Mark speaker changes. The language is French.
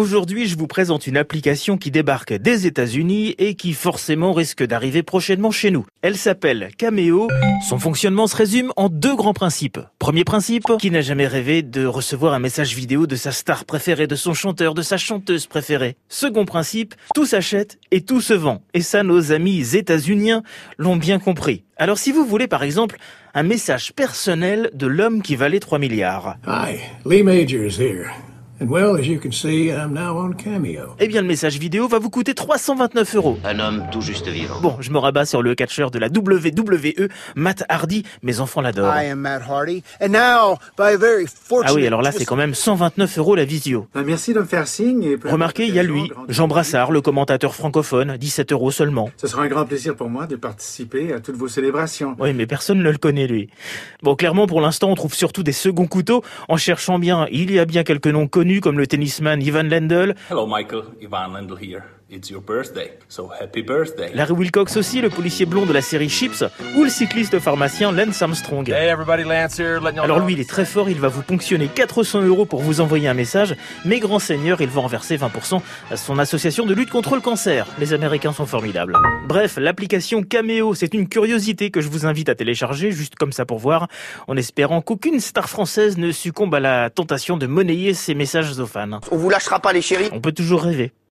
Speaker 1: Aujourd'hui, je vous présente une application qui débarque des États-Unis et qui forcément risque d'arriver prochainement chez nous. Elle s'appelle Cameo. Son fonctionnement se résume en deux grands principes. Premier principe, qui n'a jamais rêvé de recevoir un message vidéo de sa star préférée, de son chanteur, de sa chanteuse préférée. Second principe, tout s'achète et tout se vend. Et ça, nos amis états-uniens l'ont bien compris. Alors si vous voulez par exemple un message personnel de l'homme qui valait 3 milliards.
Speaker 2: Hi, Lee Majors here. And well, as you can see, I'm now on Cameo.
Speaker 1: Eh bien, le message vidéo va vous coûter 329 euros.
Speaker 3: Un homme tout juste vivant.
Speaker 1: Bon, je me rabats sur le catcheur de la WWE, Matt Hardy. Mes enfants l'adorent.
Speaker 4: I am Matt Hardy, and now, by a very fortunate
Speaker 1: Ah oui, alors là, c'est
Speaker 4: twist-
Speaker 1: quand même 129 euros la visio.
Speaker 5: Ben, merci de me faire signe. Et pour la
Speaker 1: Remarquez, il y a lui,
Speaker 5: présentation,
Speaker 1: Jean
Speaker 5: grande-
Speaker 1: Brassard, le commentateur francophone, 17 euros seulement.
Speaker 5: Ce sera un grand plaisir pour moi de participer à toutes vos célébrations.
Speaker 1: Oui, mais personne ne le connaît, lui. Bon, clairement, pour l'instant, on trouve surtout des seconds couteaux. En cherchant bien, il y a bien quelques noms connus, comme le tennisman Ivan Lendl,
Speaker 6: Hello, Michael. Ivan Lendl here. It's your birthday, so happy birthday.
Speaker 1: Larry Wilcox aussi, le policier blond de la série Chips, ou le cycliste pharmacien Lance Armstrong.
Speaker 7: Hey, everybody, Lance here. Letting y'all
Speaker 1: Alors
Speaker 7: know-
Speaker 1: lui, il est très fort, il va vous ponctionner 400 euros pour vous envoyer un message, mais grand seigneur, il va en verser 20% à son association de lutte contre le cancer. Les Américains sont formidables. Bref, l'application Cameo, c'est une curiosité que je vous invite à télécharger, juste comme ça pour voir, en espérant qu'aucune star française ne succombe à la tentation de monnayer ses messages aux fans.
Speaker 4: On vous lâchera pas les chéris.
Speaker 1: On peut toujours rêver.